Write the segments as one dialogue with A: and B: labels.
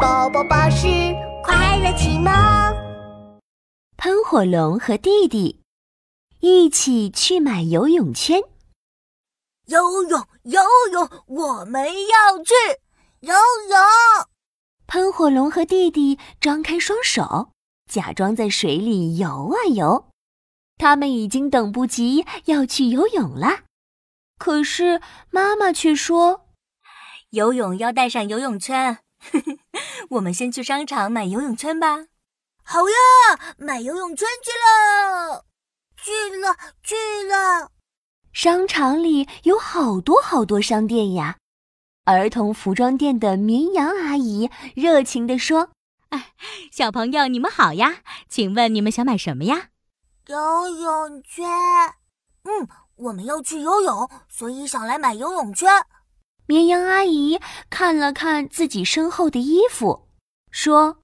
A: 宝宝巴士快乐启蒙。
B: 喷火龙和弟弟一起去买游泳圈。
C: 游泳，游泳，我们要去游泳。
B: 喷火龙和弟弟张开双手，假装在水里游啊游。他们已经等不及要去游泳了，可是妈妈却说
C: 游泳要带上游泳 圈。我们先去商场买游泳圈吧。好呀，买游泳圈去了，去了，去了。
B: 商场里有好多好多商店呀。儿童服装店的绵羊阿姨热情地说
D: 小朋友，你们好呀，请问你们想买什么呀？
C: 游泳圈，嗯，我们要去游泳，所以想来买游泳圈。：“
B: 绵羊阿姨看了看自己身后的衣服，说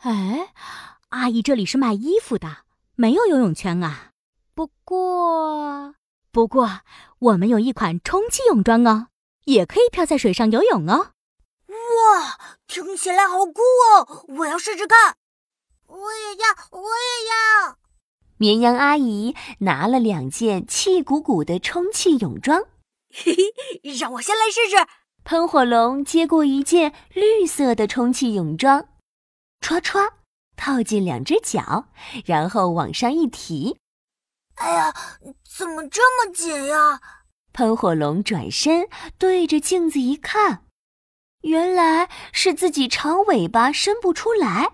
D: 哎，阿姨这里是卖衣服的，没有游泳圈啊。不过，不过我们有一款充气泳装哦，也可以漂在水上游泳哦。
C: 哇，听起来好酷哦！我要试试看。我也要，我也要。：“
B: 绵羊阿姨拿了两件气鼓鼓的充气泳装。”
C: 让我先来试试。
B: 喷火龙接过一件绿色的充气泳装，唰唰套进两只脚，然后往上一提。
C: 哎呀，怎么这么紧呀？
B: 喷火龙转身对着镜子一看，原来是自己长尾巴伸不出来，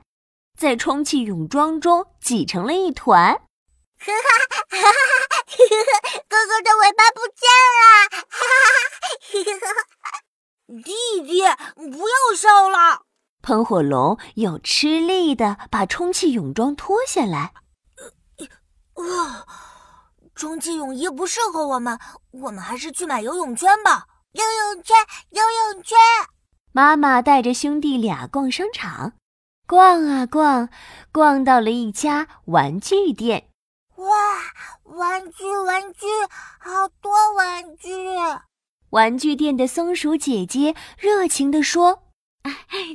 B: 在充气泳装中挤成了一 团。
C: 哥哥的尾巴不见了。弟弟，不要笑了。
B: 喷火龙又吃力地把充气泳装脱下来。
C: 哇，充气泳衣不适合我们，我们还是去买游泳圈吧。游泳圈，游泳圈。
B: 妈妈带着兄弟俩逛商场，逛啊逛，逛到了一家玩具店。
C: 哇，玩具，玩具，好多玩具。
B: 玩具店的松鼠姐姐热情地说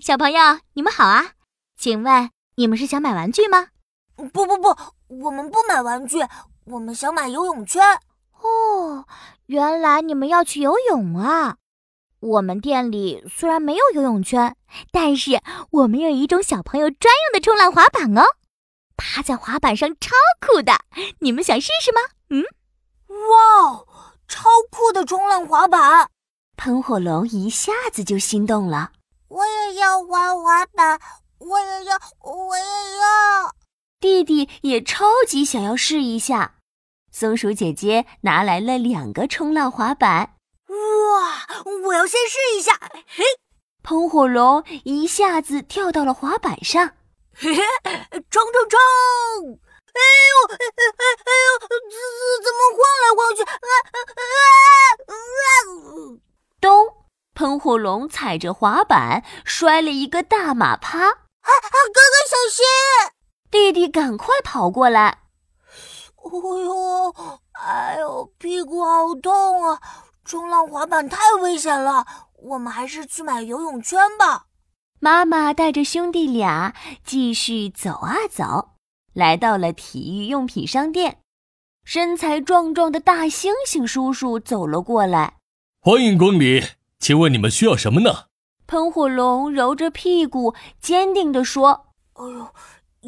D: 小朋友，你们好啊，请问你们是想买玩具吗？
C: 不不不，我们不买玩具，我们想买游泳圈。
D: 哦，原来你们要去游泳啊！我们店里虽然没有游泳圈，但是我们有一种小朋友专用的冲浪滑板哦，趴在滑板上超酷的，你们想试试吗？嗯，
C: 哇哦，超酷的冲浪滑板！：“
B: 喷火龙一下子就心动了。
C: 我也要玩滑板，我也要，我也要。”
B: 弟弟也超级想要试一下。松鼠姐姐拿来了两个冲浪滑板，
C: 哇，我要先试一下。嘿，
B: 喷火龙一下子跳到了滑板上。
C: 嘿嘿，冲冲冲！哎呦，哎哎哎哎呦，怎怎怎么晃来晃去？啊啊啊啊！
B: 咚！喷火龙踩着滑板摔了一个大马趴。
C: 啊，哥哥小心！
B: 弟弟赶快跑过来，
C: 哎呦，哎呦，屁股好痛啊！冲浪滑板太危险了，我们还是去买游泳圈吧。
B: 妈妈带着兄弟俩继续走啊走，来到了体育用品商店。身材壮壮的大猩猩叔叔走了过来，
E: 欢迎光临，请问你们需要什么呢？
B: 喷火龙揉着屁股，坚定地说
C: 哎呦，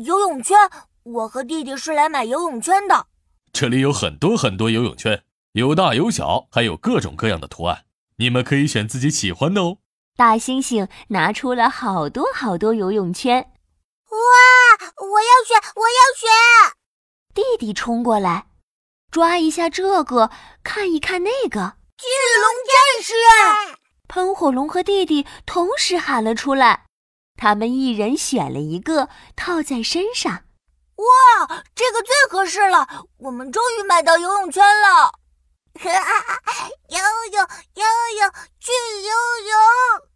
C: 游泳圈，我和弟弟是来买游泳圈的。
E: 这里有很多很多游泳圈，有大有小，还有各种各样的图案，你们可以选自己喜欢的哦。：“
B: 大猩猩拿出了好多好多游泳圈。
C: 我要选，我要选。”
B: 弟弟冲过来，抓一下这个，看一看那个。
C: 战士，
B: 喷火龙和弟弟同时喊了出来，他们一人选了一个套在身上。
C: 哇，这个最合适了，我们终于买到游泳圈 了。游泳，游泳，去游泳！